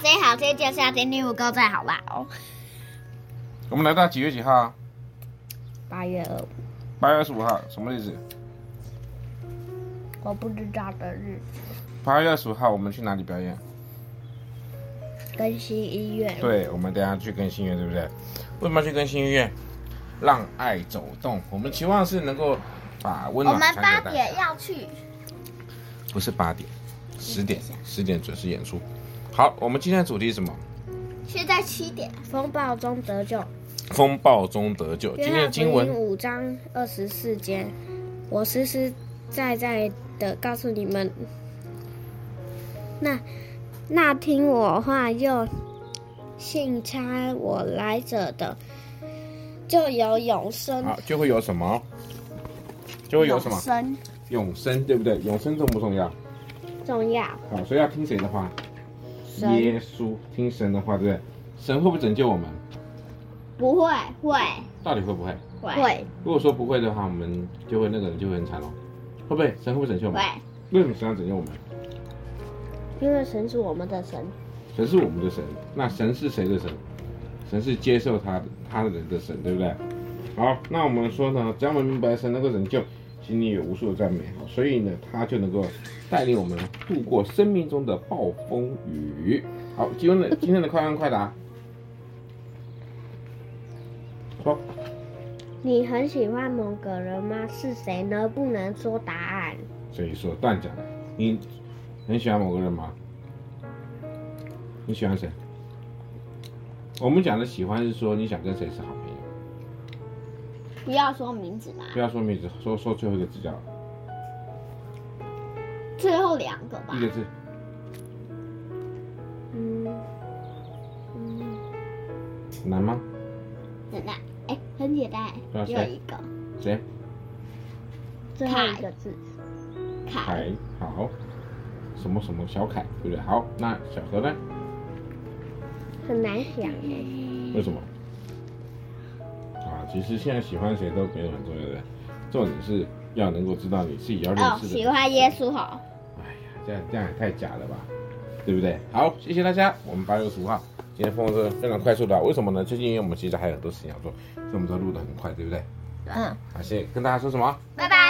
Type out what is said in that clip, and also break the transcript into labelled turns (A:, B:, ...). A: 谁好，谁介绍今天五个赞，好不哦好？
B: 我们来到几月几号啊？
A: 八月二五，
B: 八月二十五号，什么日子？
A: 我不知道的日子，
B: 八月二十五号我们去哪里表演？
A: 更新医院。
B: 对，我们等一下去更新医院，对不对？为什么要去更新医院？让爱走动，我们期望是能够把温
A: 我
B: 暖
A: 们
B: 传给
A: 八
B: 大家。
A: 点要去，
B: 不是八点，十点
A: 等一下，
B: 十点准时演出。好，我们今天的主题是什么？
A: 现在七点。
C: 风暴中得救。
B: 风暴中得救。今
C: 约
B: 天的
C: 翰
B: 经
C: 福音
B: 文，
C: 五章二十四节，我实实在在的告诉你们，那那听我话又信差我来者的，就有永生。
B: 好，就会有什么？就会有什么？
A: 生
B: 永生，对不对？永生重不重要？
C: 重要，
B: 好，所以要听谁的话？
C: 神
B: 耶稣，听神的话，对不对？神会不会拯救我们？
A: 不会，会
B: 到底会不会？
A: 会
C: 会
B: 如果说不会的话，我们就会那个人就会很惨哦。会不会？神会不会拯救我们？
A: 会
B: 为什么神要拯救我们？
C: 因为神是我们的神，
B: 神是我们的神，那神是谁的神？神是接受他的他的人的神，对不对？好，那我们说呢，只要我们明白神能够拯救，心里有无数的赞美，好，所以呢，他就能够带领我们度过生命中的暴风雨。好，今天的今天的快问快答，说
C: 你很喜欢某个人吗？是谁呢？不能说答案。
B: 谁说断讲？你很喜欢某个人吗？你喜欢谁？我们讲的喜欢是说你想跟谁是好朋友。
A: 不要说名字嘛，
B: 不要说名字，说说最后一个字就好了，
A: 最后两个吧
B: 一。个字。
C: 嗯嗯，
B: 难吗？
A: 真的，哎，很简单，
B: 那
A: 只
B: 谁
A: 有一个
B: 谁？
C: 最后一个字，
A: 凯。
B: 凯。好。什么什么小凯，对不对？好，那小何呢？
C: 很难想哎。
B: 为什么？啊，其实现在喜欢谁都没有很重要的，重点是要能够知道你自己要认
A: 哦，
B: 识的。
A: 喜欢耶。稣吼，
B: 哎呀，这样这样也太假了吧，对不对？好，谢谢大家，我们八月十五号。今天风是非常快速的啊，为什么呢？最近因为我们其实还有很多事情要做，所以我们都录得很快，对不对？
A: 嗯，
B: 好，谢谢，跟大家说什么？
A: 拜拜。